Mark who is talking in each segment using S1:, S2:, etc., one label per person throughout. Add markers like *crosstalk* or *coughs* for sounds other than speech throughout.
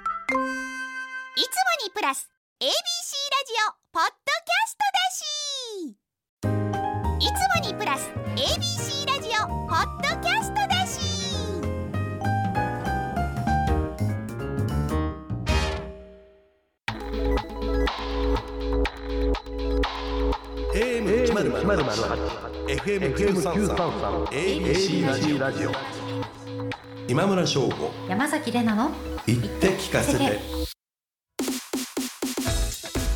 S1: いつもにプラス ABC ラジオポッドキャストだしいつもにプラス ABC ラジオポッドキャストだし
S2: 今村翔吾
S3: 山崎れなの
S2: 言って聞かせて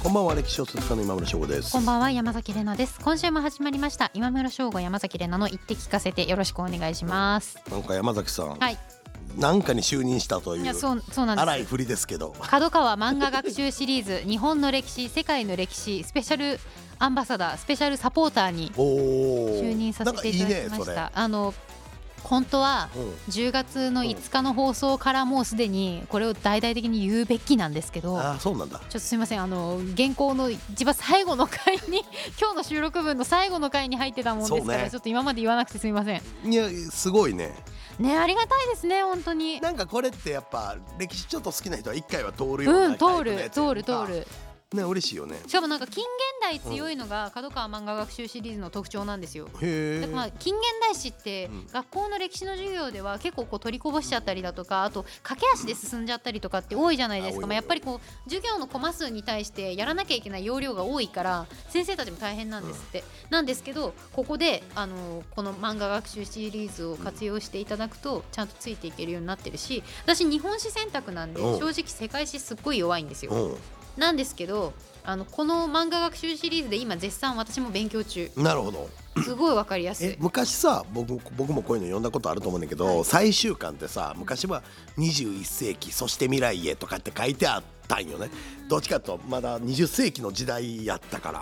S2: こんばんは歴史小説家の今村翔吾です
S3: こんばんは山崎れなです今週も始まりました今村翔吾山崎れなの言って聞かせてよろしくお願いします
S2: なんか山崎さん、
S3: はい
S2: なんかに就任したとい
S3: いうやそうそうなん
S2: 荒
S3: で
S2: い
S3: す
S2: 振りですけど
S3: 角川漫画学習シリーズ日本の歴史世界の歴史スペシャルアンバサダースペシャルサポーターに
S2: おお
S3: *laughs* 就任させていただきました
S2: なんか
S3: あの本当はい
S2: いね
S3: 10月の5日の放送からもうすでにこれを大々的に言うべきなんですけ
S2: そ
S3: ど
S2: れ、うん、あそうなんだ
S3: ちょっとすみませんあの原稿の一番最後の回に今日の収録分の最後の回に入ってたもんですから、
S2: そうね
S3: ちょっと今まで言わなくてすみません
S2: いやすごいね
S3: ねありがたいですね本当に
S2: なんかこれってやっぱ歴史ちょっと好きな人は一回は通るよ
S3: う
S2: うんな
S3: 通
S2: タ
S3: る
S2: イプの
S3: 通
S2: や
S3: る
S2: つとか
S3: 通る
S2: ね嬉しいよね
S3: しかもなんか近現代強いのが角川漫画学習シリーズの特徴なんですよ
S2: へ
S3: だ
S2: え
S3: からまあ近現代史って
S2: うん
S3: 学校の歴史の授業では結構こう取りこぼしちゃったりだとかあと駆け足で進んじゃったりとかって多いじゃないで
S2: あ
S3: す
S2: 多い
S3: か、
S2: 多い
S3: まあ、やっぱりこう授業のコマ数に対してやらなきゃいけない容量が多いから先生たちも大変なんですって、なんですけどここであのこの漫画学習シリーズを活用していただくとちゃんとついていけるようになってるし私日本史選択なんで
S2: うん
S3: 正直世界史すっごい弱いんですよ。
S2: う
S3: なんですけどあのこの漫画学習シリーズで今絶賛私も勉
S2: *laughs*
S3: 強中
S2: んなるほど
S3: すごいわかりやす
S2: え
S3: い。
S2: 昔さ僕僕もこういうの読んだことあると思うんだけど、
S3: はい
S2: 最終巻ってさ昔は「21世紀そして未来へ」とかって書いてあったんよねどっちかというとまだ20世紀の時代やったから、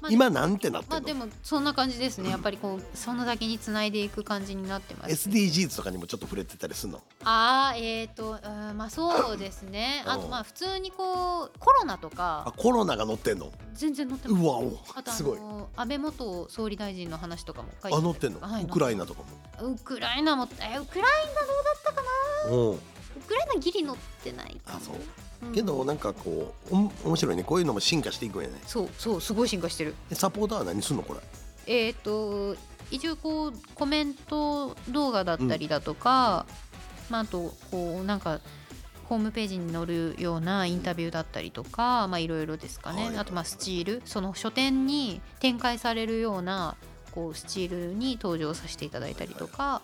S3: まあ
S2: 今なんてなって
S3: まあ
S2: んの、
S3: でもそんな感じですねやっぱりこうその先につないでいく感じになってます、
S2: SDGs とかにもちょっと触れてたりするの
S3: ああえっ、ー、とうんまあそうで
S2: *coughs*
S3: すね
S2: うん
S3: あとまあ普通にこうコロナと
S2: あ
S3: か
S2: コロナが載ってんの
S3: 全然載ってます
S2: うわお
S3: あとあ
S2: すごい
S3: の安倍元総理大臣の話とかも書
S2: あ
S3: いてある
S2: 載ってんの、
S3: はい
S2: ウクライナとか
S3: ウクライナもえウクライナどうだったかな
S2: もうん
S3: ウクライナギリ載ってないかな
S2: あそう
S3: うん
S2: けどなんかこうおん面白いねこういうのも進化していくんやね
S3: そうそうすごい進化してる
S2: えサポーターは何すんのこれ
S3: えっ、と一応こうコメント動画だったりだとか、まあ、あとこうなんかホームページに載るようなインタビューだったりとかまあいろいろですかね、
S2: はい
S3: あとまあスチールその書店に展開されるようなこうスチールに登場させていただいたりとか。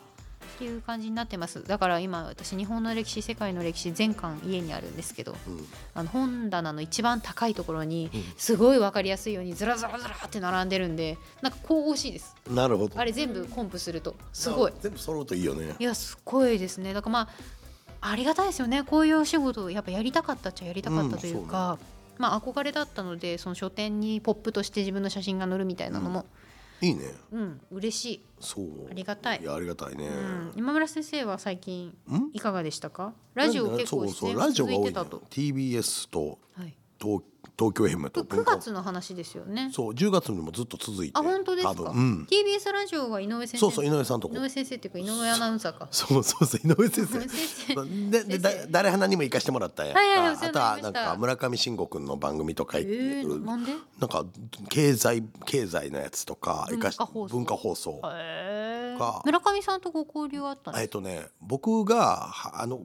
S3: っていう感じになってますだから今私日本の歴史世界の歴史全巻家にあるんですけど
S2: うん
S3: あの本棚の一番高いところに
S2: うん
S3: すごい分かりやすいようにずらずらずらって並んでるんでなんか神々しいです
S2: なるほど
S3: あれ全部コンプするとすごい
S2: あ全部揃うといいよね
S3: いやすごいですねだからまあありがたいですよねこういうお仕事をやっぱやりたかったっちゃやりたかったというか、まあ憧れだったのでその書店にポップとして自分の写真が載るみたいなのも
S2: いいね
S3: うん、嬉しい、
S2: そう
S3: ありがたい
S2: いやありがたいね、
S3: うん、今村先生は最近
S2: ん
S3: いかがでしたかラジオ結構出演が続いてたと
S2: そうそうラジオが多いのよ TBS と
S3: はい、
S2: 東東京 FM と
S3: 9月の話ですよね
S2: そう10月にもずっと続いて
S3: あ本当ですか、
S2: 多分うん
S3: TBS ラジオは井上先生
S2: そうそう井上さんとこ
S3: 井上先生っていうか井上アナウンサーか
S2: そうそうそう井上先
S3: 井上
S2: 生
S3: 先生
S2: ででだ誰花にも行かしてもらったんやんか
S3: はいはいはいお世話
S2: あ
S3: に
S2: と
S3: な
S2: は
S3: り
S2: な
S3: ました
S2: んか村上信五君の番組とか行ってる、
S3: えー、なんで
S2: なんか経済経済のやつとか行かし
S3: 文化放送
S2: 文化放送
S3: へー
S2: か
S3: 村上さんとご交流あったん
S2: え
S3: で
S2: っ
S3: す
S2: とね僕がはあの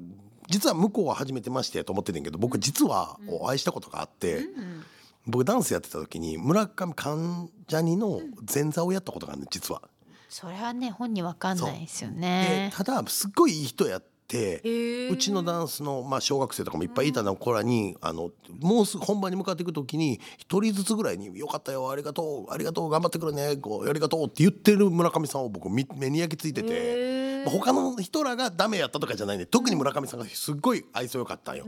S2: 実は向こうは初めてましてやと思ってんねんけど僕実はお会いしたことがあって、
S3: うん
S2: 僕ダンスやってた時に村上関ジャニの前座をやったことがあるの実は。
S3: それはね本人わかんないですよ
S2: で
S3: ね
S2: ただすっごいいい人やって。う
S3: う
S2: ちのダンスの、まあ、小学生とかもいっぱいいたの子らに、あのもうすぐ本番に向かっていく時に一人ずつぐらいに「よかったよありがとうありがとう頑張ってくるねこうありがとう」って言ってる村上さんを僕み目に焼き付いてて、まあ他の人らがダメやったとかじゃないんで特に村上さんがすっごい愛想よかったんよ。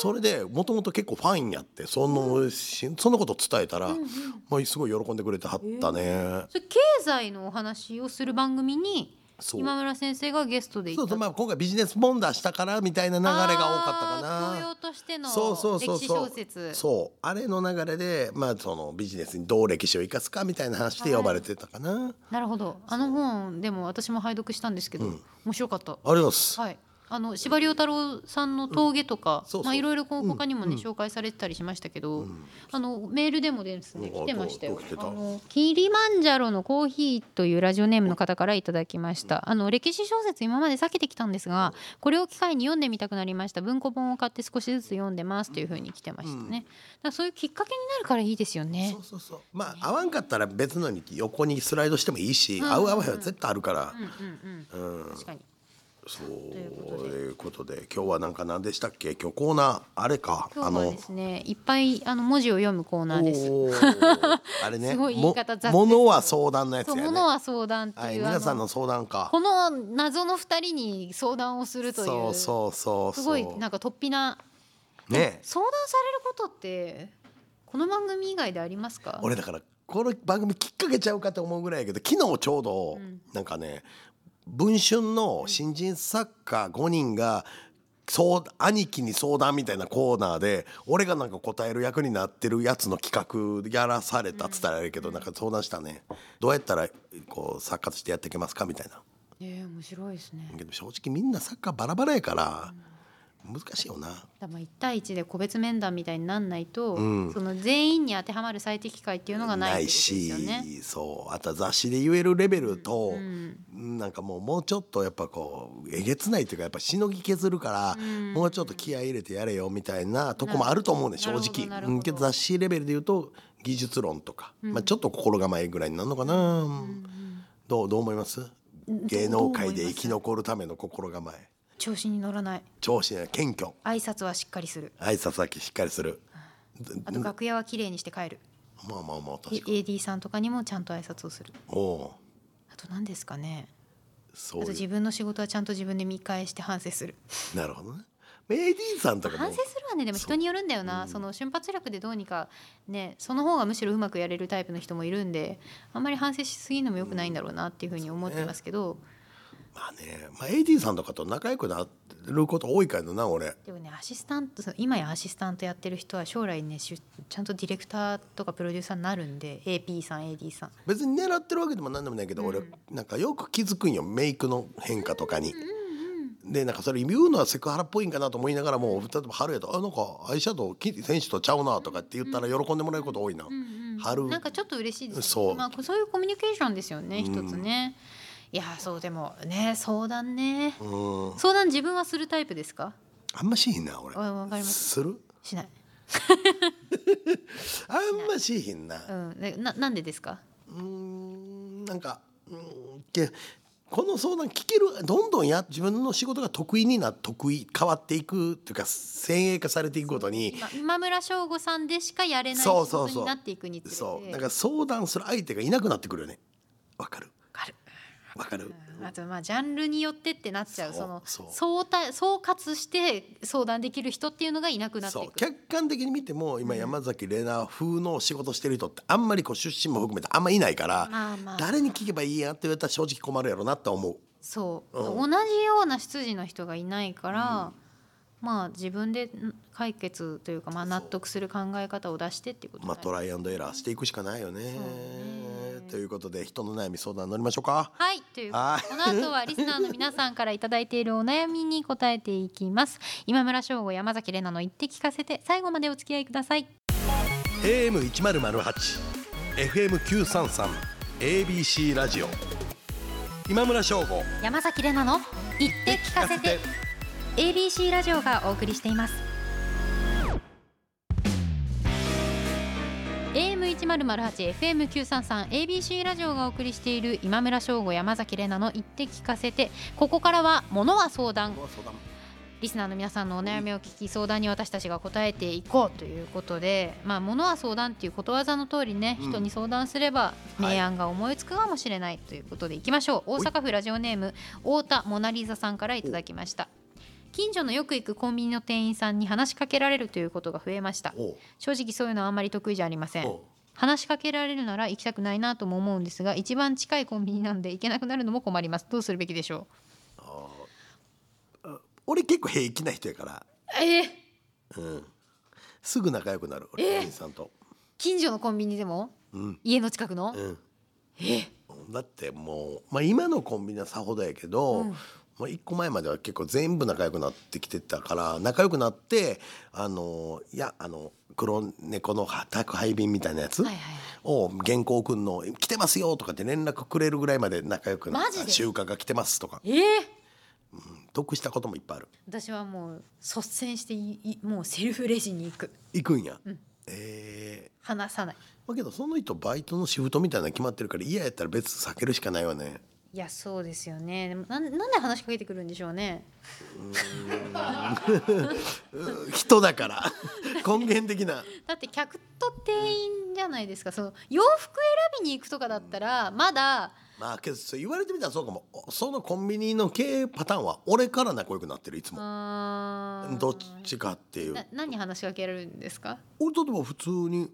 S2: それでもともと結構ファンやってそのしそのこと伝えたら、まあ、すごい喜んでくれてはったね、
S3: それ経済のお話をする番組に
S2: そう
S3: 今村先生がゲストで
S2: そ
S3: 行
S2: う
S3: った
S2: そう、まあ、今回ビジネスボンダーしたからみたいな流れが多かった
S3: あー教
S2: か
S3: 養としての
S2: なそうそうそう
S3: 歴史
S2: そ
S3: 小
S2: う
S3: 説
S2: そうあれの流れで、まあ、そのビジネスにどう歴史を生かすかみたいな話で呼ばれてたかな、
S3: なるほどあの本でも私も拝読したんですけど面白かった
S2: ありがとうございます
S3: はい。あの司馬遼太郎さんの峠と
S2: う
S3: か、
S2: んそうそう
S3: まあいろいろこう
S2: うん
S3: 他にもね、
S2: うん
S3: 紹介されてたりしましたけど、
S2: うん
S3: あのメールでもですね
S2: うん
S3: 来てましたよ
S2: どう来て。た
S3: あのキリマンジャロのコーヒーというラジオネームの方からいただきました。あの歴史小説今まで避けてきたんですが、これを機会に読んでみたくなりました。文庫本を買って少しずつ読んでますという風に来てましたね。
S2: うん
S3: だからそういうきっかけになるからいいですよね
S2: そ。うそうそうまあ合わんかったら別のに横にスライドしてもいいし、
S3: うん
S2: 合う合わへんは絶対あるから
S3: う、んう
S2: う
S3: ん
S2: ん
S3: うん。確かに。
S2: そう
S3: ということ
S2: と
S3: で
S2: いうことで今日はなんか何でしたっけ今日コーナーあれか
S3: 今日は
S2: の
S3: ですね、いっぱいあの文字を読むコーナーです。
S2: お
S3: *laughs*
S2: ーあれね
S3: すごい言い方雑です
S2: も物は相談のやつ
S3: そ
S2: やね
S3: う、物は相談って
S2: はい
S3: いう、
S2: 皆さ
S3: あ
S2: んの
S3: の
S2: 相談か
S3: この謎の二人に相談をするという。
S2: そうそうそうそう
S3: すごいなんか突飛な
S2: ね
S3: 相談されることってこの番組以外でありますか？
S2: 俺だからこの番組きっかけちゃうかと思うぐらいやけど昨日ちょうど
S3: うん
S2: なんかね「文春」の新人作家5人がそう兄貴に相談みたいなコーナーで俺がなんか答える役になってるやつの企画やらされたっつったらあれやけどなんか相談したねどうやったらこう作家としてやっていけますかみたいな。
S3: ええ面白いですね。
S2: けど正直みんなサッカーバラバラやから難しいよな。
S3: だからまあ一対一で個別面談みたいになんないと、
S2: うん
S3: その全員に当てはまる最適解っていうのがないってことですよね。
S2: しそうあとは雑誌で言えるレベルと、
S3: うん
S2: なんかもうもうちょっとやっぱこうえげつないというかやっぱしのぎ削るから、
S3: うん
S2: もうちょっと気合い入れてやれよみたいなとこもあると思うね
S3: な
S2: 正
S3: るほど
S2: 直
S3: なる
S2: う
S3: ほど
S2: んけど雑誌レベルで言うと技術論とか、
S3: うん
S2: まあ、ちょっと心構えぐらいになるのかな、どうどう思います芸能界で生き残るための心構え
S3: 調子に乗らない
S2: 調子や謙虚
S3: 挨拶はしっかりする
S2: 挨拶だけしっかりする。
S3: あと楽屋は綺麗にして帰る
S2: まあまあまあ確
S3: で
S2: かに。
S3: AD さんとかにもちゃんと挨拶をする
S2: おお
S3: あと何ですかね
S2: う、そ
S3: あ
S2: う
S3: と
S2: い
S3: 自分の仕事はちゃんと自分で見返して反省する
S2: う。なるほどね。AD さんとかも
S3: 反省するわねでも人によるんだよなそ,、の瞬発力でどうにかねその方がむしろうまくやれるタイプの人もいるんであんまり反省しすぎるのも良くないんだろうなっていうふうに思ってますけど、
S2: まあね、まあ AD さんとかと仲良くなること多いからな俺。
S3: でもねアシスタントその今やアシスタントやってる人は将来ねしゅちゃんとディレクターとかプロデューサーになるんで AP さん AD さん
S2: 別に狙ってるわけでもなんでもないけど、俺なんかよく気づくんよメイクの変化とかに。でなんかそれ言うのはセクハラっぽいんかなと思いながらも例えば春やと「あなんかアイシャドウき選手とちゃうな」とかって言ったら喜んでもらえること多いな。春
S3: なんかちょっと嬉しいですね
S2: そう
S3: まあ、こそういうコミュニケーションですよね一つね、いやーそうでもね相談ね、
S2: うん
S3: 相談自分はするタイプですか
S2: あんましいな俺。
S3: わわかります
S2: する
S3: しない、
S2: あんましいひんな。
S3: うん、でななんでですか
S2: うーんなんかうーんけこの相談聞けるどんどんや自分の仕事が得意にな得意変わっていくというか先鋭化されていくことに
S3: 今今村翔吾さんでしかやれない仕
S2: そうそうそう
S3: 事になっていくにつれて
S2: そうなんか相談する相手がいなくなってくるよねわかる
S3: わかる
S2: わかる
S3: あとまあジャンルによってってなっちゃう
S2: そう
S3: その
S2: そう
S3: 総体総括して相談できる人っていうのがいなくなって
S2: そう
S3: いく
S2: 客観的に見ても今山崎怜奈風の仕事してる人ってあんまりこう出身も含めてあんまいないから、
S3: まあまあ
S2: 誰に聞けばいいやって言われたら正直困るやろなとは思う。
S3: そう、
S2: う
S3: 同じような出自の人がいないから、まあ自分でん解決というかまあ納得する考え方を出してっていうこと
S2: まあ、
S3: だ
S2: ト
S3: ね
S2: ライアンドエラーしていくしかないよね
S3: そうね。
S2: ということで人の悩み相談乗りましょうか。
S3: はいということ
S2: はい
S3: でこの後はリスナーの皆さんからいただいているお悩みに答えていきます今村翔吾山崎怜奈の言って聞かせて最後までお付き合いください
S2: AM 一ゼロゼロ八、FM 九三三、ABC ラジオ。今村翔吾。
S3: 山崎怜奈の言って聞かせて ABC ラジオがお送りしています AM1008 FM933 ABC ラジオがお送りしている今村翔吾山崎怜奈の言って聞かせてここからは物は相談リスナーの皆さんのお悩みを聞き相談に私たちが答えていこうということで、まあ、物は相談っていうことわざの通りね、
S2: うん
S3: 人に相談すれば
S2: はい
S3: 明暗が思いつくかもしれないということでいきましょう、
S2: い
S3: 大阪府ラジオネーム太田モナリザさんからいただきました近所のよく行くコンビニの店員さんに話しかけられるということが増えました
S2: おう
S3: 正直そういうのはあんまり得意じゃありません
S2: おう
S3: 話しかけられるなら行きたくないなとも思うんですが一番近いコンビニなんで行けなくなるのも困りますどうするべきでしょ
S2: あーあ俺結構平気な人やから、
S3: うえ
S2: うん、すぐ仲良くなる俺店員さんと。
S3: 近所のコンビニでも
S2: うん
S3: 家の近くの、
S2: うん、だってもう、まあ、今のコンビニはさほどやけど、
S3: うん
S2: まもう一個前までは結構全部仲良くなってきてたから仲良くなってあのいやあの黒猫の宅配便みたいなやつ
S3: はいはい
S2: を原稿くんの「来てますよ」とかって連絡くれるぐらいまで仲良くなっ
S3: マジ
S2: た
S3: で
S2: 中華が来てますとか
S3: ええ
S2: 得したこともいっぱいある
S3: 私はもう率先していいもうセルフレジに行く
S2: 行くんや、
S3: うん
S2: えー
S3: 話さない
S2: まあけどその人バイトのシフトみたいなの決まってるから嫌やったら別避けるしかないわね
S3: いやそうですよねでもなんなんで話しかけてくるんでしょうね
S2: うー人だから
S3: *laughs*
S2: 根源的な
S3: だって客と店員じゃないですかその洋服選びに行くとかだったらまだ
S2: まあけどそう言われてみたらそうかもおそのコンビニの経営パターンは俺から仲良くなってるいつも
S3: あー
S2: どっちかっていう
S3: な何話しかけられるんですか
S2: 俺とでも普通に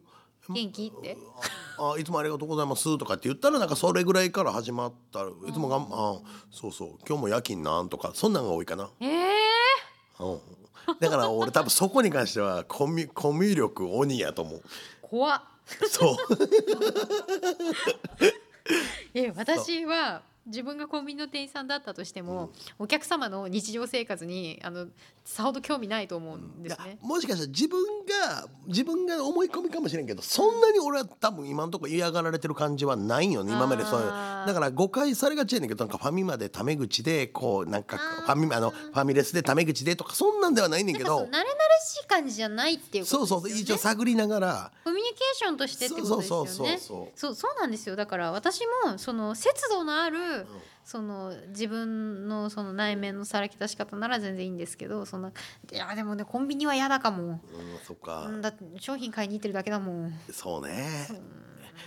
S3: 元気って
S2: ああいつもありがとうございますとかって言ったらなんかそれぐらいから始まったらいつもがんあそうそう今日も夜勤なんとかそんなんが多いかな、
S3: ええ
S2: うん、だから俺多分そこに関してはコミュコミュ力鬼やと思う
S3: 怖っ
S2: そう
S3: え私は自分がコンビニの店員さんだったとしても、お客様の日常生活にあのさほど興味ないと思うんです
S2: いや
S3: ね。
S2: もしかしたら自分が自分が思い込みかもしれんけどそんなに俺は多分今のところ嫌がられてる感じはないんよね今までそういう
S3: あー
S2: だから誤解されがちやねんけどなんかファミマでタメ口でこうなんか
S3: あー
S2: ファミマあのファミレスでタメ口でとかそんなんではないねん
S3: なん
S2: け
S3: かそ
S2: ど
S3: う慣れ慣れしい感じじゃないっていうこ
S2: そうそう
S3: とですよね。
S2: 一応探りながら
S3: コミュニケーションとしてってことですよ
S2: そうそ
S3: ね。
S2: うそうそう
S3: そうそうなんですよだから私もその節度のある、その自分のその内面のさらけ出し方なら全然いいんですけどそのいやでもねコンビニは嫌だかも。
S2: うんそっか、
S3: うんだって商品買いに行ってるだけだもん。
S2: そうね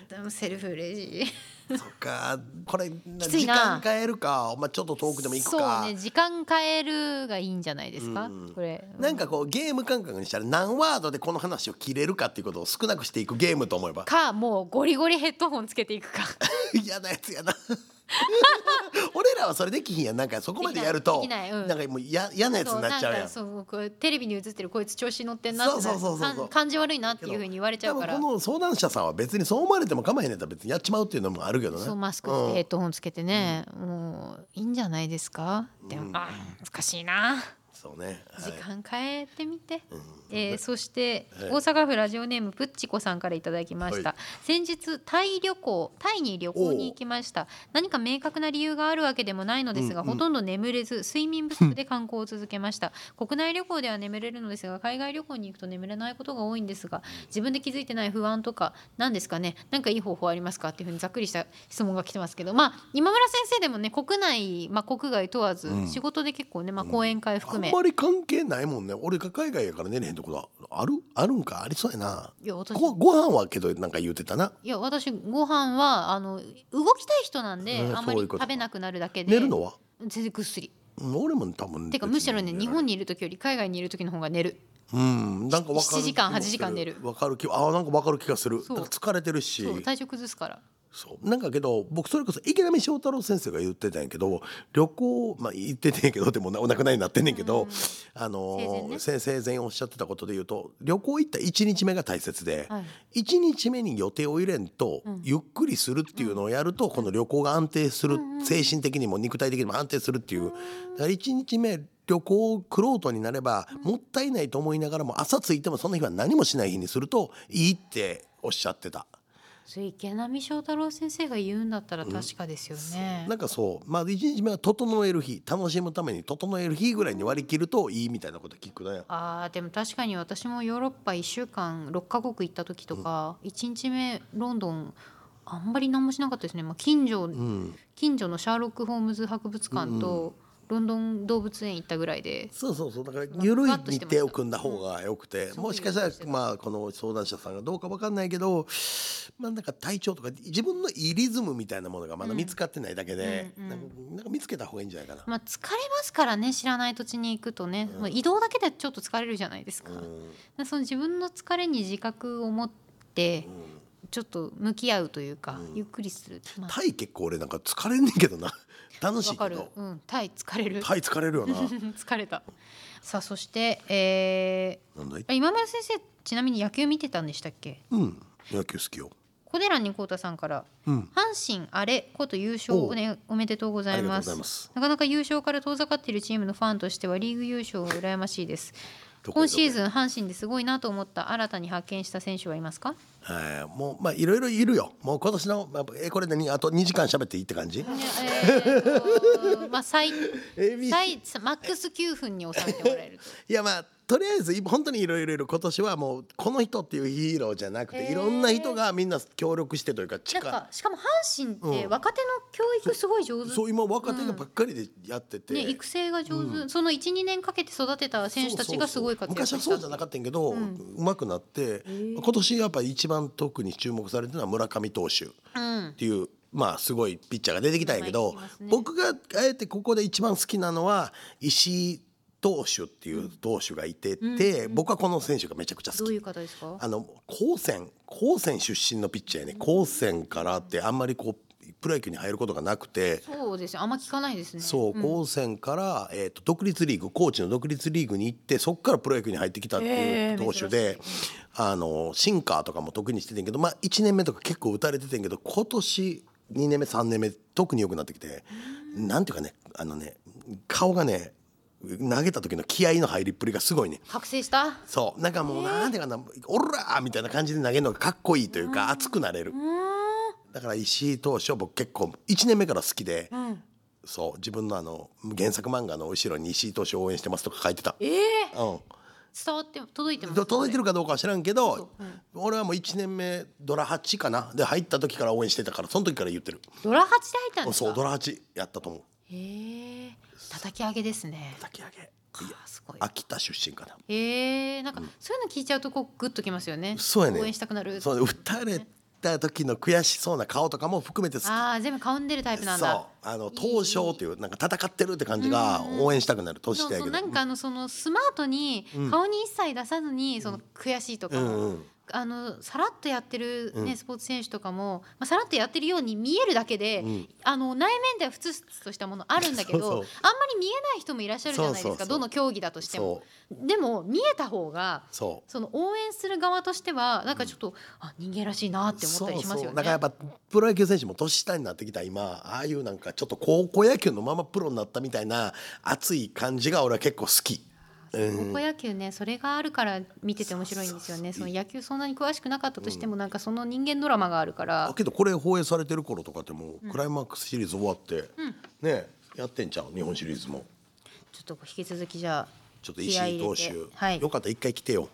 S3: でもセルフレジ。
S2: そっかこれ
S3: つい
S2: 時
S3: な
S2: 間変えるか、まあ、ちょっと遠くでも行くか、
S3: そうね時間変えるがいいんじゃないですか、
S2: うん
S3: これ
S2: なんかこうゲーム感覚にしたら何ワードでこの話を切れるかっていうことを少なくしていくゲームと思えば
S3: かもうゴリゴリヘッドホンつけていくか
S2: 嫌なやつやな *laughs* 俺らはそれできひんやんなんかそこまでやると
S3: できないできないうん
S2: なんかもうや *laughs* 嫌なやつになっちゃうやん
S3: そうなんかそうこうテレビに映ってるこいつ調子乗ってんなってな
S2: そ
S3: る
S2: うそうそうそうそう
S3: かん感じ悪いなっていうふうに言われちゃうから
S2: 多分この相談者さんは別にそう思われても構えへんねんやったら別にやっちまうっていうのもあるけどね
S3: そうマスクしてヘッドホンつけてね、もういいんじゃないですかでも、あ難しいな
S2: そうね、は
S3: 時
S2: い
S3: 間変えてみて、
S2: うん
S3: えーそして、
S2: はい
S3: 大阪府ラジオネームプッチコさんからいただきました、
S2: は
S3: 先日タイ旅行タイに旅行に行きました何か明確な理由があるわけでもないのですが、
S2: うんうん
S3: ほとんど眠れず睡眠不足で観光を続け
S2: *laughs*
S3: ました国内旅行では眠れるのですが海外旅行に行くと眠れないことが多いんですが自分で気づいてない不安とか何ですかね何かいい方法ありますかっていうふうにざっくりした質問が来てますけどまあ今村先生でもね国内、まあ、国外問わず、
S2: うん
S3: 仕事で結構ね、まあ、講演会
S2: あ
S3: 含め、
S2: んまり関係ないもんね俺が海外やから寝れへんところあるあるんかありそうやない
S3: や私
S2: ごご飯はけどなんか言うてたない
S3: や私ご飯はあの動きたい人なんで、
S2: うん
S3: あんま
S2: そ
S3: り
S2: ういうこと
S3: 食べなくなるだけで
S2: 寝るのは
S3: 全然ぐっすり
S2: うん俺も多分
S3: てかむしろね
S2: 別
S3: 日本にいる時より海外にいる時の方が寝る
S2: うんなんかわかる
S3: 7時間
S2: 気もす
S3: 8時間寝る
S2: わかる気あーなんかわかる気がする
S3: そう
S2: だから疲れてるし
S3: そう体調崩すから
S2: そうなんかけど僕それこそ池波正太郎先生が言ってたんやけど旅行まあ言っててんやけどでもお亡くなりになってんねんけど、
S3: うん
S2: あの
S3: 生前
S2: ー
S3: ね
S2: せ生前おっしゃってたことで言うと旅行行った1日目が大切で、
S3: はい
S2: 一1日目に予定を入れんと、
S3: うん
S2: ゆっくりするっていうのをやると、この旅行が安定する、
S3: うんうん
S2: 精神的にも肉体的にも安定するっていう、だから1日目旅行を苦労とになれば、もったいないと思いながらも朝着いてもその日は何もしない日にするといいっておっしゃってた。
S3: それ池波正太郎先生が言うんだったら確かですよね、
S2: なんかそうまあ1日目は整える日楽しむために整える日ぐらいに割り切るといいみたいなこと聞くね。
S3: あーでも確かに私もヨーロッパ1週間6カ国行った時とか、一1日目ロンドンあんまり何もしなかったですね、まあ、近所、
S2: うん、
S3: 近所のシャーロック・ホームズ博物館とロンドン動物園行ったぐらいで
S2: そうそうそうだから緩い
S3: ふわっとし
S2: 日
S3: てました
S2: 程を組んだ方がよくて、
S3: うん
S2: もしかしたらまあこの相談者さんがどうかわかんないけどまあなんか体調とか自分のいいリズムみたいなものがまだ見つかってないだけで、
S3: うんうん
S2: なんかなんか見つけた方がいいんじゃないかな。
S3: まあ、疲れますからね知らない土地に行くとね、まあ移動だけでちょっと疲れるじゃないですか,、
S2: うん
S3: その自分の疲れに自覚を持って
S2: うん
S3: ちょっと向き合うというか、
S2: うん
S3: ゆっくりする、まあ、
S2: タイ結構俺なんか疲れんねんけど
S3: *laughs*
S2: な楽し
S3: わ
S2: い
S3: か
S2: け
S3: る
S2: ど、
S3: うん、タイ疲れる
S2: タイ疲れる
S3: *laughs*
S2: よな
S3: 疲れたさあそして、え
S2: なんだい
S3: ー、今村先生ちなみに野球見てたんでしたっけ
S2: うん野球好きよ。
S3: 小寺にこうたさんから
S2: うん
S3: 阪神あれこと優勝お,、ね、おめでとうございま
S2: ありがとうござ
S3: す
S2: います
S3: なかなか優勝から遠ざかっているチームのファンとしてはリーグ優勝は羨ましいです
S2: どこ
S3: 今シーズン阪神ですごいなと思った新たに発見した選手はいま
S2: *laughs*
S3: すか
S2: えーもうまあいろいろいるよもう今年の、まあ、えーこれ何あと2時間喋っていいって感じ
S3: ねえーとまあ最
S2: ABC
S3: 最マックス9分に収めてもらえ
S2: *laughs*
S3: ると
S2: いやまあとりあえずい本当にいろいろいろ今年はもうこの人っていうヒーローじゃなく
S3: へ
S2: て
S3: ー
S2: いろんな人がみんな協力してというか
S3: なん
S2: 力
S3: かしかも阪神って若手の教育すごい上手、
S2: そう今若手がばっかりでやってて、
S3: ね、育成が上手、その12年かけて育てた選手たちがすごい活躍した
S2: そうそうそう昔はそうじゃなかったんやけど、うまくなって今年やっぱ一番特に注目されてるのは村上投手っ
S3: うん、
S2: ていうまあすごいピッチャーが出てきたんやけど、
S3: 名前聞きますね
S2: 僕があえてここで一番好きなのは石井投手っていう投手がいてて、僕はこの選手がめちゃくちゃ好き
S3: どういう方ですか
S2: あの高専高専出身のピッチャーやね高専からってあんまりこうプロ野球に入ることがなくて
S3: そうですよあんま聞かないですね
S2: そう、高専から、えー、と独立リーグ高知の独立リーグに行ってそこからプロ野球に入ってきたってい
S3: へー
S2: う投手で、あのシンカーとかも得意にしててんけど、まあ、1年目とか結構打たれててんけど今年2年目3年目特に良くなってきてなんていうかねあのね顔がね投げた時の気合の入りっぷりがすごいね。
S3: 覚醒した
S2: そうなんかもうなんていうかな「オラー!」みたいな感じで投げるのがかっこいいというか熱くなれるだから石井投手は僕結構1年目から好きで、そう自分のあの原作漫画の後ろに石井投手を応援してますとか書いてた、
S3: ええ
S2: う
S3: 伝わって届いてま
S2: ん、
S3: す
S2: ど届いてるかどうかは知らんけ
S3: そう
S2: ど、俺はもう1年目ドラ8かなで入った時から応援してたからその時から言ってる
S3: ドラ8で入ったんですか
S2: そうドラ8やったと思う
S3: へえ叩き上げですね
S2: 炊き上げいや
S3: あすごい
S2: 秋田出身かな
S3: へえなんかそういうの聞いちゃうとこうグッときますよね
S2: そうやね
S3: 応援したくなる
S2: そう打たれた時の悔しそうな顔とかも含めて好き
S3: ああ全部顔に出るタイプなんだ
S2: そうあの闘将というなんか戦ってるって感じが応援したくなる年
S3: そ
S2: し
S3: う
S2: て
S3: そう
S2: やけ
S3: な
S2: ど
S3: んかあのそのスマートに顔に一切出さずにその悔しいとか、
S2: うんうん
S3: あのさらっとやってる、ねスポーツ選手とかも、まあ、さらっとやってるように見えるだけで、あの内面ではふつふつとしたものあるんだけど
S2: そうそう
S3: あんまり見えない人もいらっしゃるじゃないですか
S2: そうそうそう
S3: どの競技だとしても。でも見えた方が
S2: そう
S3: その応援する側としてはなんかちょっと、あ人間らしいなって思ったりしますよね。
S2: だからやっぱプロ野球選手も年下になってきた今ああいうなんかちょっと高校野球のままプロになったみたいな熱い感じが俺は結構好き。うん
S3: 高校野球ねそれがあるから見てて面白いんですよねその野球そんなに詳しくなかったとしても、なんかその人間ドラマがあるから
S2: あけどこれ放映されてる頃とかってもうクライマックスシリーズ終わって、ねやってんちゃう日本シリーズも
S3: ちょっと引き続きじゃあ
S2: ちょっと石井投
S3: 気合
S2: 手
S3: 入れて、はい
S2: よかったら一回来
S3: *laughs*
S2: てよ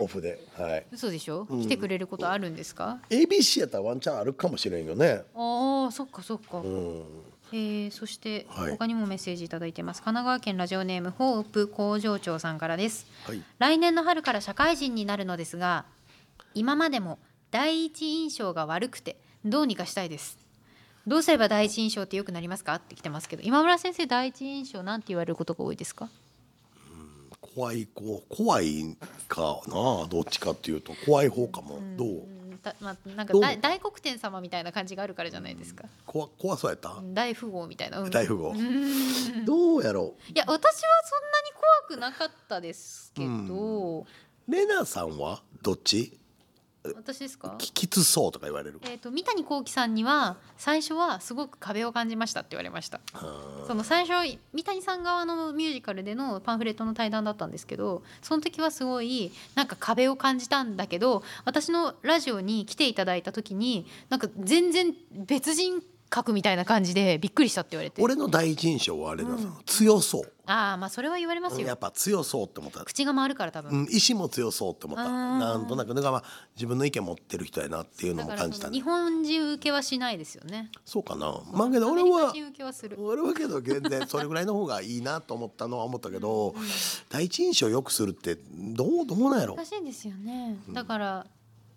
S2: オフで、はい、
S3: 嘘でしょ、来てくれることあるんですか
S2: ABC やったらワンチャンあるかもしれんよね。
S3: ああそっかそっか、
S2: うん
S3: えーそして
S2: はい
S3: 他にもメッセージいただいてます、神奈川県ラジオネームホープ工場長さんからです、
S2: はい
S3: 来年の春から社会人になるのですが今までも第一印象が悪くてどうにかしたいですどうすれば第一印象って良くなりますかって来てますけど今村先生第一印象なんて言われることが多いですか
S2: 怖い子怖いかなどっちかっていうと怖い方かもどう
S3: うんたまあ、なんか
S2: どう
S3: 大大黒天様みたいな感じがあるからじゃないですか、
S2: 怖怖そうやった
S3: うん大富豪みたいな、うん
S2: 大富豪どうやろ
S3: いや私はそんなに怖くなかったですけど、
S2: うレナさんはどっち
S3: 私ですか
S2: ききつそうとか言われる
S3: えー、と三谷幸喜さんには最初はすごく壁を感じましたって言われましたその最初三谷さん側のミュージカルでのパンフレットの対談だったんですけどその時はすごいなんか壁を感じたんだけど私のラジオに来ていただいた時になんか全然別人格みたいな感じでびっくりしたって言われて
S2: 俺の第一印象はレナさん、強そう
S3: ああまあそれは言われます
S2: や
S3: よ
S2: っぱ強そうって思った、
S3: 口が回るから多
S2: う
S3: 分。
S2: ん、意志も強そうって思った
S3: あー
S2: なんとなくだからまあ自分の意見持ってる人やなっていうの
S3: だ
S2: も
S3: から
S2: 感じ
S3: そ
S2: た
S3: の
S2: ね
S3: 日本人受けはしないですよね。
S2: そうかなまあけど俺
S3: アメリカ
S2: は
S3: 人受けはする。
S2: 俺はけど全然それぐらいの方がいいなと思ったのは思ったけど第一印象を良くするってどうどうなんやろ
S3: 難しいんですよね。だから、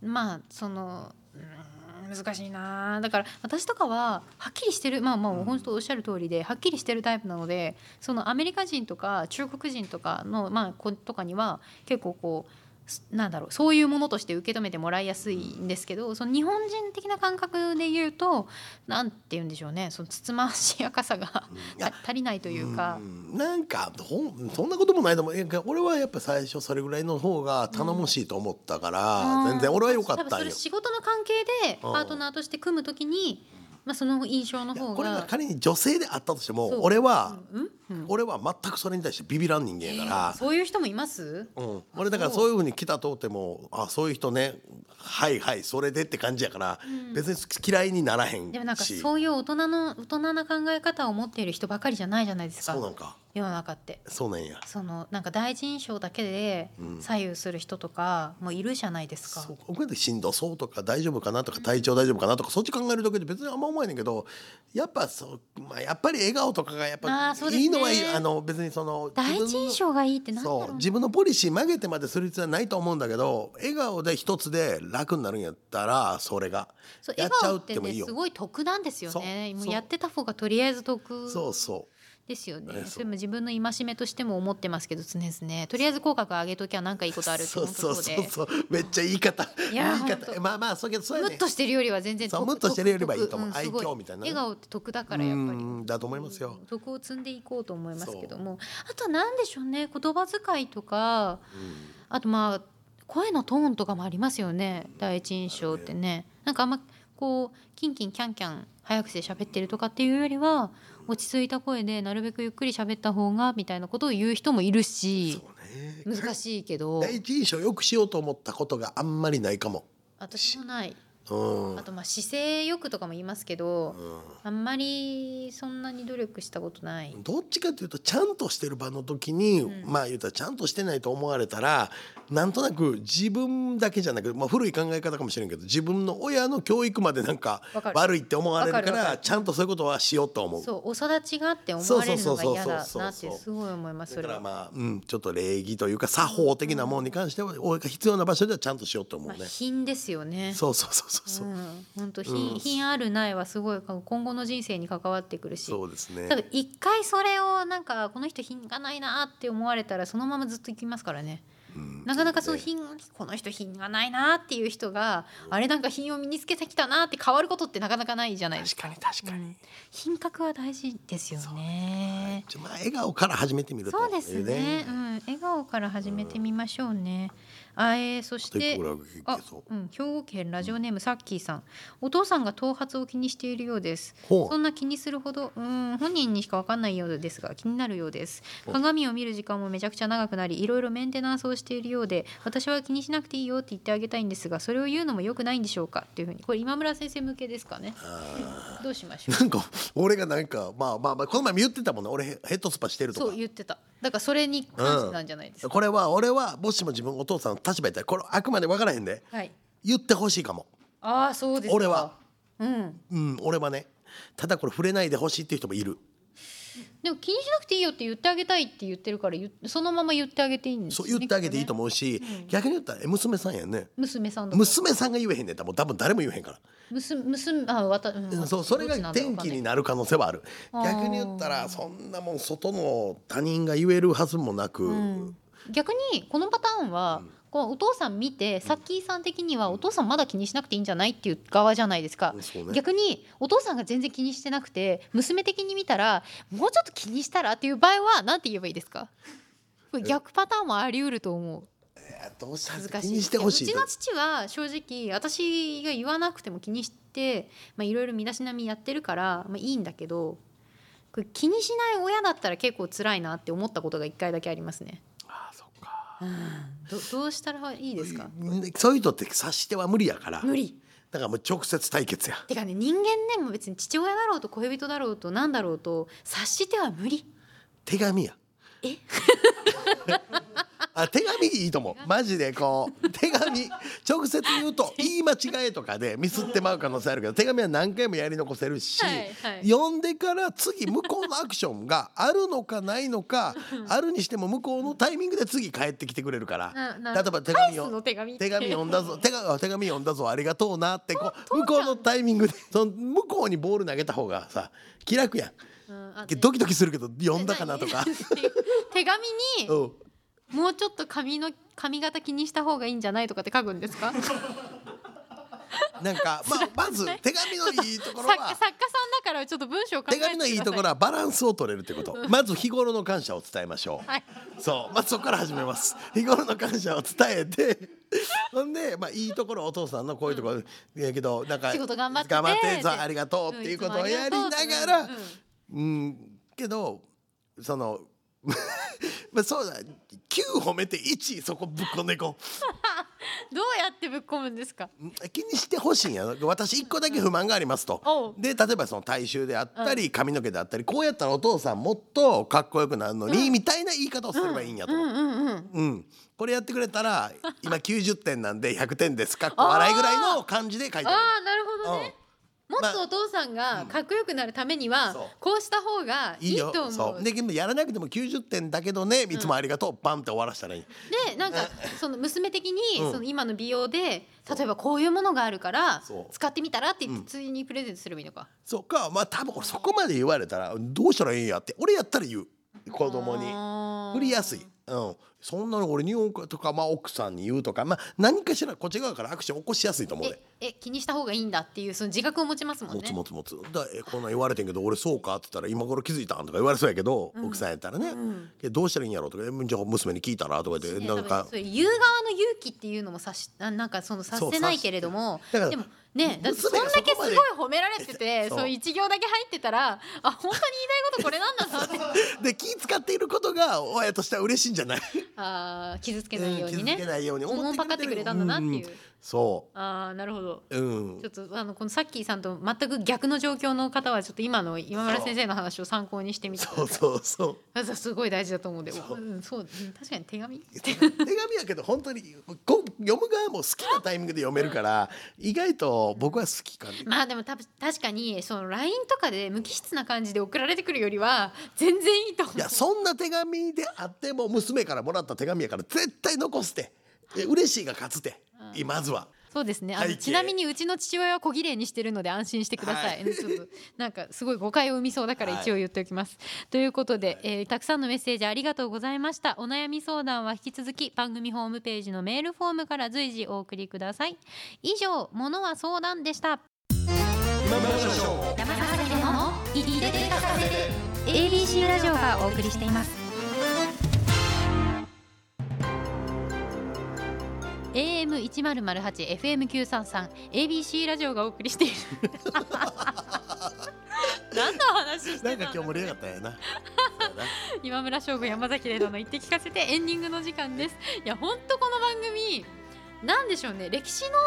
S3: まあそのうーん難しいなあ。だから私とかははっきりしてるまあまあ本当おっしゃる通りではっきりしてるタイプなので、そのアメリカ人とか中国人とかのまあ子とかには結構こう。すなんだろうそういうものとして受け止めてもらいやすいんですけどその日本人的な感覚で言うとなんて言うんでしょうねそのつつましやかさが
S2: いや
S3: た *laughs* 足りないというか。
S2: んなんかほんそんなこともないと思ういや俺はやっぱ最初それぐらいの方が頼もしいと思ったから、
S3: うん
S2: 全然俺は良か
S3: 多
S2: っ
S3: 分
S2: た
S3: そ
S2: ん
S3: れ
S2: よ。
S3: 仕事の関係で
S2: うん
S3: パートナーとして組むときに、まあ、その印象の
S2: いや
S3: 方
S2: これが
S3: が。
S2: 仮に女性であったとして
S3: そう
S2: も俺は、
S3: うんうん
S2: 俺は全くそれに対してビビらん人間やから、
S3: そういう人もいます
S2: うん、俺だからそういうふうに来たとってもあそういう人ねはいはいそれでって感じやから、別に嫌いにならへんし
S3: でもなんかそういう大人の大人な考え方を持っている人ばかりじゃないじゃないですか
S2: そうなんか
S3: 世の中って。
S2: そうなんや
S3: そのなんか第一印象だけで
S2: うん
S3: 左右する人とかもいるじゃないですか。
S2: そう僕でしんどそうとか大丈夫かなとか体調大丈夫かなとか、そっち考えるだけで別にあんま思えねんけどやっぱそう、まあ、やっぱり笑顔とかがやっ
S3: あ
S2: ぱ
S3: ーそうですね
S2: いいのはいいあの別にその
S3: 第一印象がいいってなんだろ
S2: そうう
S3: な
S2: 自分のポリシー曲げてまでする必要はないと思うんだけど笑顔で一つで楽になるんやったらそれが
S3: そう
S2: やっ
S3: 笑
S2: ちゃ
S3: 顔
S2: う
S3: っ
S2: ってても
S3: ね
S2: いいよ
S3: すごい得なんですよね
S2: そう
S3: もう
S2: そう
S3: やってた方がとりあえず得
S2: そうそ
S3: ですよ
S2: ね
S3: ね
S2: そう
S3: それも自分の戒めとしても思ってますけど常々とりあえず口角上げときゃなんかいいことある
S2: う
S3: って
S2: そう
S3: 本当
S2: そう
S3: そう
S2: そ
S3: で
S2: うそうめっちゃ言い方
S3: い
S2: 言
S3: や
S2: い
S3: ほん
S2: 方
S3: と
S2: まあまあそうけどそうや
S3: ム
S2: ね
S3: ッとしてるよりは全然
S2: そう
S3: 得
S2: ムッとしてるよりはいいと思う
S3: 得んすご
S2: 愛嬌みたいなね
S3: 笑顔って得だからやっぱり
S2: うんだと思いますよ
S3: うん得を積んでいこうと思いますけどもあとなんでしょうね言葉遣いとか
S2: うん
S3: あとまあ声のトーンとかもありますよね第一印象ってねなんかあんまこうキンキンキャンキャン早口で喋ってるとかっていうよりは落ち着いた声でなるべくゆっくり喋った方がみたいなことを言う人もいるし
S2: そうね
S3: 難しいけど
S2: 第一印象よくしようと思ったことがあんまりないかも。
S3: 私もない
S2: うん。
S3: あとまあ姿勢よくとかも言いますけどあんまりそんなに努力したことない
S2: うんどっちかというとちゃんとしてる場の時に、
S3: うん
S2: まあ言うたらちゃんとしてないと思われたらなんとなく自分だけじゃなく、まあ、古い考え方かもしれんけど自分の親の教育までなんか
S3: わかる
S2: 悪いって思われるか
S3: わかるわからる
S2: ちゃんとそういうことはしようと思う。
S3: そうお育ちがあって思われるのが
S2: そうそ
S3: 嫌だ
S2: うそうそう
S3: なっ
S2: そ
S3: て
S2: うそう
S3: すごい思いますそ
S2: だか
S3: れ
S2: ら
S3: は。
S2: まあ、うん、ちょっと礼儀というか作法的なものに関しては、俺が必要な場所ではちゃんとしようと思う
S3: まあ
S2: ね。
S3: 品ですよね。
S2: そうそうそうそうそう。
S3: うん、本当
S2: う
S3: 品
S2: ん
S3: 品あるないはすごい今後の人生に関わってくるし
S2: そうですね
S3: た。だ一回それをなんかこの人品がないなって思われたらそのままずっといきますからね
S2: うん
S3: なかなかその品この人品がないなっていう人があれなんか品を身につけてきたなって変わることってなかなかないじゃないです
S2: 確
S3: か
S2: かに確かに。
S3: うん品格は大事ですよね
S2: じゃあまあ笑顔から始めてみると
S3: そうですねうん、笑顔から始めてみましょうね、あえーそし
S2: ちょっと一
S3: て
S2: 個ぐらいいけ
S3: あ
S2: そう、
S3: うん、兵庫県ラジオネームサッキーさんお父さんが頭髪を気にしているようです
S2: ほう
S3: そんな気にするほどうん本人にしかわかんないようですが気になるようです
S2: お
S3: 鏡を見る時間もめちゃくちゃ長くなりいろいろメンテナンスをしているようで私は気にしなくていいよって言ってあげたいんですがそれを言うのも良くないんでしょうかっていうふうにこれ今村先生向けですかね
S2: あ
S3: どうしましょ
S2: ーなんか俺がなんかまあまあまあこの前も言ってたもんね俺ヘッドスパしてる
S3: う
S2: と
S3: そ
S2: か
S3: う言ってただからそれに関してなんじゃないですか、
S2: これは俺はもしも自分お父さんの立場やったらこれあくまで分からへんで
S3: はい
S2: 言ってほしいかも、
S3: ああそうですか
S2: 俺は
S3: うん
S2: うん、俺はねただこれ触れないでほしいっていう人もいる
S3: でも気にしなくていいよって言ってあげたいって言ってるから言っそのまま言ってあげていいんです
S2: そ
S3: よ
S2: う言っ
S3: ね
S2: てあげていいと
S3: きっ
S2: 思うし、
S3: うん
S2: 逆に言ったらえ娘さんやんね
S3: とね娘さんだから
S2: 娘さんが言えへんねん多分多分誰も言えへんから、
S3: 娘娘あわた、う
S2: うん
S3: ん、
S2: そうそれが転機になる可能性はある
S3: あー
S2: 逆に言ったらそんなもん外の他人が言えるはずもなく、
S3: うん逆にこのパターンは、こうお父さん見てさっきーさん的にはお父さんまだ気にしなくていいんじゃないっていう側じゃないですか、
S2: うんそうね
S3: 逆にお父さんが全然気にしてなくて娘的に見たらもうちょっと気にしたらっていう場合はなんて言えばいいですかこれ逆パターンもあり得ると思う
S2: どうした
S3: 恥ずか
S2: 気
S3: しい
S2: にしてほしい
S3: やうちの父は正直私が言わなくても気にしてまあいろいろ身だしなみやってるから、まあ、いいんだけどこれ気にしない親だったら結構辛いなって思ったことが一回だけありますね。
S2: ああそっか
S3: どどうしたらいいですか
S2: そういう人って察しては無理やから
S3: 無理
S2: だからもう直接対決や
S3: てかね人間ねもう別に父親だろうと恋人だろうと何だろうと察しては無理
S2: 手紙や
S3: え
S2: *laughs* あ手紙いいと思うマジでこう手紙直接言う
S3: *laughs*
S2: と言い間違えとかでミスってまう可能性あるけど手紙は何回もやり残せるし、
S3: はいはい
S2: 読んでから次向こうのアクションがあるのかないのかあるにしても向こうのタイミングで次帰ってきてくれるから
S3: なな
S2: 例えば手紙
S3: 返すの
S2: を
S3: 手紙って
S2: 手紙読ん
S3: *laughs*
S2: だぞ手紙あ手紙読んだぞありがとうなってこう向こうのタイミングでその向こうにボール投げた方がさ気楽やん。
S3: うんあ *laughs*
S2: ドキドキするけど読んだかなとか。
S3: 手紙に
S2: うん
S3: もうちょっと髪の髪型気にした方がいいんじゃないとかって書くんですか作
S2: なんか、
S3: *laughs*
S2: まあ、まず手紙のいいところ
S3: 作家さん
S2: は
S3: だからちょっと文章を考え
S2: 手
S3: てくださ
S2: 紙
S3: い
S2: のいいところはバランスを取れるってことまず日頃の感謝を伝えましょう、
S3: はい
S2: そうまずそこから始めます日頃の感謝を伝えて *laughs* ほんで、まあ、いいところお父さんのこういうところ、いやけどなんか
S3: 仕事頑張ってて
S2: そうありがとうっていうことをやりなが
S3: うん
S2: ら
S3: いつもありがとうって
S2: うんけどその *laughs* まあそうだ9褒めて1そこぶっこんでいこう
S3: うんどうやってぶっ込むんですか
S2: うん気にしてほしいんや私1個だけ不満があります
S3: お
S2: と
S3: う
S2: で例えばその体臭であったり髪の毛であったりこうやったらお父さんもっとかっこよくなるのにみたいな言い方をすればいいんやと。
S3: うんうんうん
S2: うん、これやってくれたら今90点なんで100点ですかっこ笑いぐらいの感じで書いてあ
S3: ああなるほどね、
S2: る。
S3: も
S2: ま
S3: っとお父さんがかっこよくなるためには、
S2: そう
S3: こうした方が
S2: うん、い
S3: い
S2: い
S3: い
S2: よ
S3: と思。
S2: そううででもやらなくても90点だけどねいつもありがとう、バンって終わらせたらいい。
S3: でなんかその娘的に
S2: うん
S3: その今の美容で例えばこういうものがあるから
S2: そう
S3: 使ってみたらって言っ
S2: うん
S3: てついにプレゼントすればいいのか。
S2: そっかまあ多分俺そこまで言われたらどうしたらいいんやって俺やったら言う子供に
S3: あー
S2: 振りやすい、うん、そんなの俺に本とか、まあ、奥さんに言うとか、まあ、何かしらこっち側からアクション起こしやすいと思うで。
S3: ええ気にした方がいいんだっていうその自覚を持ちますもん
S2: 持
S3: ね
S2: つ。持つ持つだえこんなん言われてんけど俺そうかって言ったら今頃気づいたんとか言われそうやけど、奥さんやったらね、えどうしたらいいんやろうとかえじゃあ娘に聞いたらとか言って
S3: ね
S2: なんか
S3: 多分それ言う側の勇気っていうのもさしななんかそのさせないけれども
S2: そう察し
S3: でもねだってそん
S2: 娘が
S3: だ
S2: そこ
S3: けす
S2: ま
S3: ご
S2: で
S3: い褒められてて
S2: そう
S3: そう一行だけ入ってたらあ本当に言いたいことこれなんだなって
S2: *laughs* で気使っていることが親としては嬉しいんじゃない
S3: あー傷つけ
S2: 気
S3: ないようにね
S2: づけないように
S3: 思う
S2: 思
S3: パカってくれたんだなっていう。
S2: んそ
S3: ああなるほど。
S2: ううん
S3: ちょっとあのこのさっきさんと全く逆の状況の方はちょっと今の今村先生の話を参考にしてみて
S2: そうそうそう
S3: あ *laughs* そうすごい大事だと思うんで
S2: そう
S3: うん、そううん確かに手紙
S2: 手紙やけど本当にこ読む側も好きなタイミングで読めるから意外と僕は好き
S3: *laughs*
S2: かな
S3: まあでもたぶん確かにその LINE とかで無機質な感じで送られてくるよりは全然いいと思う
S2: いやそんな手紙であっても娘からもらった手紙やから絶対残すてえ嬉しいが勝つてまずは
S3: そうですねあ
S2: 背
S3: の
S2: 景
S3: ちなみにうちの父親は小綺麗にしてるので安心してください、ちょっとなんかすごい誤解を生みそうだから
S2: はい
S3: 一応言っておきます、ということで、えーたくさんのメッセージありがとうございましたお悩み相談は引き続き番組ホームページのメールフォームから随時お送りください以上「ものは相談」でした
S2: 今村翔吾
S3: 山崎でもいででかさせて ABC ラジオがお送りしています AM 一ゼロゼロ八 FM 九三三 ABC ラジオがお送りしてい *laughs* る。何の話してた
S2: なんん
S3: だ
S2: か今日盛り上がったよ
S3: *laughs*
S2: なそうやな
S3: 今村翔吾山崎怜奈の言って聞かせてエンディングの時間ですいや本当この番組なんでしょうね歴史の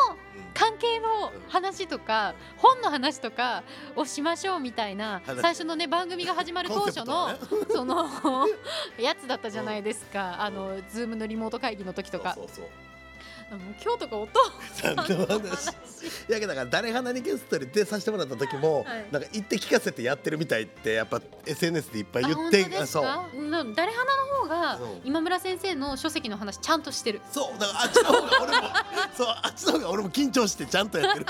S3: 関係の話とか本の話とかをしましょうみたいな
S2: 話
S3: 最初のね番組が始まる当初の、
S2: *laughs* コンセプ
S3: そのやつだったじゃないですかあのズームのリモート会議の時とか
S2: そうそう
S3: もう今日とかお父
S2: そ
S3: さ
S2: うんな
S3: の
S2: んて
S3: 話
S2: 話いやけどだから誰花にゲストに出させてもらった時も、
S3: はい
S2: なんか言って聞かせてやってるみたいってやっぱ SNS でいっぱい
S3: あ
S2: 言
S3: 本
S2: っ
S3: 当
S2: て
S3: です
S2: そう
S3: かうん誰花の方が
S2: そう
S3: 今村先生の書籍の話ちゃんとしてる
S2: そうだからあっちの方が俺もそうあっちの方が俺も緊張してちゃんとやっ
S3: *laughs*
S2: てる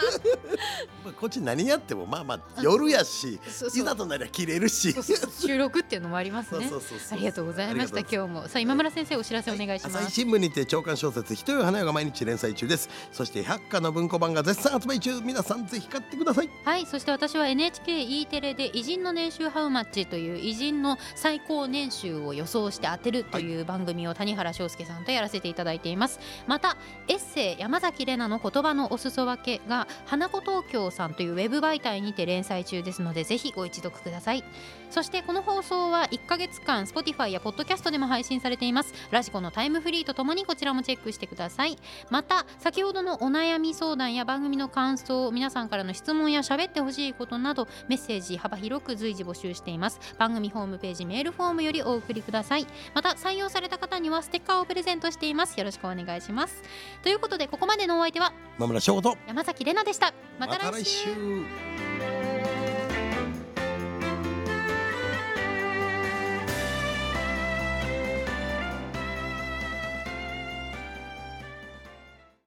S2: まあこっち何やってもまあまあ夜やし
S3: そうそう
S2: いざとなりゃ切れるし
S3: そうそう収録っていうのもありますね
S2: そうそうそうそう
S3: ありがとうございました
S2: ありがとう
S3: 今日もさあ今村先生お知らせお願いし
S2: 朝
S3: ま
S2: 日
S3: す
S2: 新聞にて長官小説「ひとよ花よ」が毎日連載中ですそして百科の文庫版が絶賛発売中皆さんぜひ買ってください
S3: はいそして私は NHKE テレで偉人の年収ハウマッチという偉人の最高年収を予想して当てるという番組を谷原章介さんとやらせていただいていますまたエッセイ山崎怜奈の言葉のお裾分けが花子東京さんというウェブ媒体にて連載中ですのでぜひご一読くださいそしてこの放送は1ヶ月間 Spotify や Podcast でも配信されていますラジコのタイムフリーとともにこちらもチェックしてくださいまた先ほどのお悩み相談や番組の感想皆さんからの質問や喋ってほしいことなどメッセージ幅広く随時募集しています番組ホームページメールフォームよりお送りくださいまた採用された方にはステッカーをプレゼントしていますよろしくお願いしますということでここまでのお相手は
S2: 今村翔吾と
S3: 山崎れなでしたまた来週
S2: 週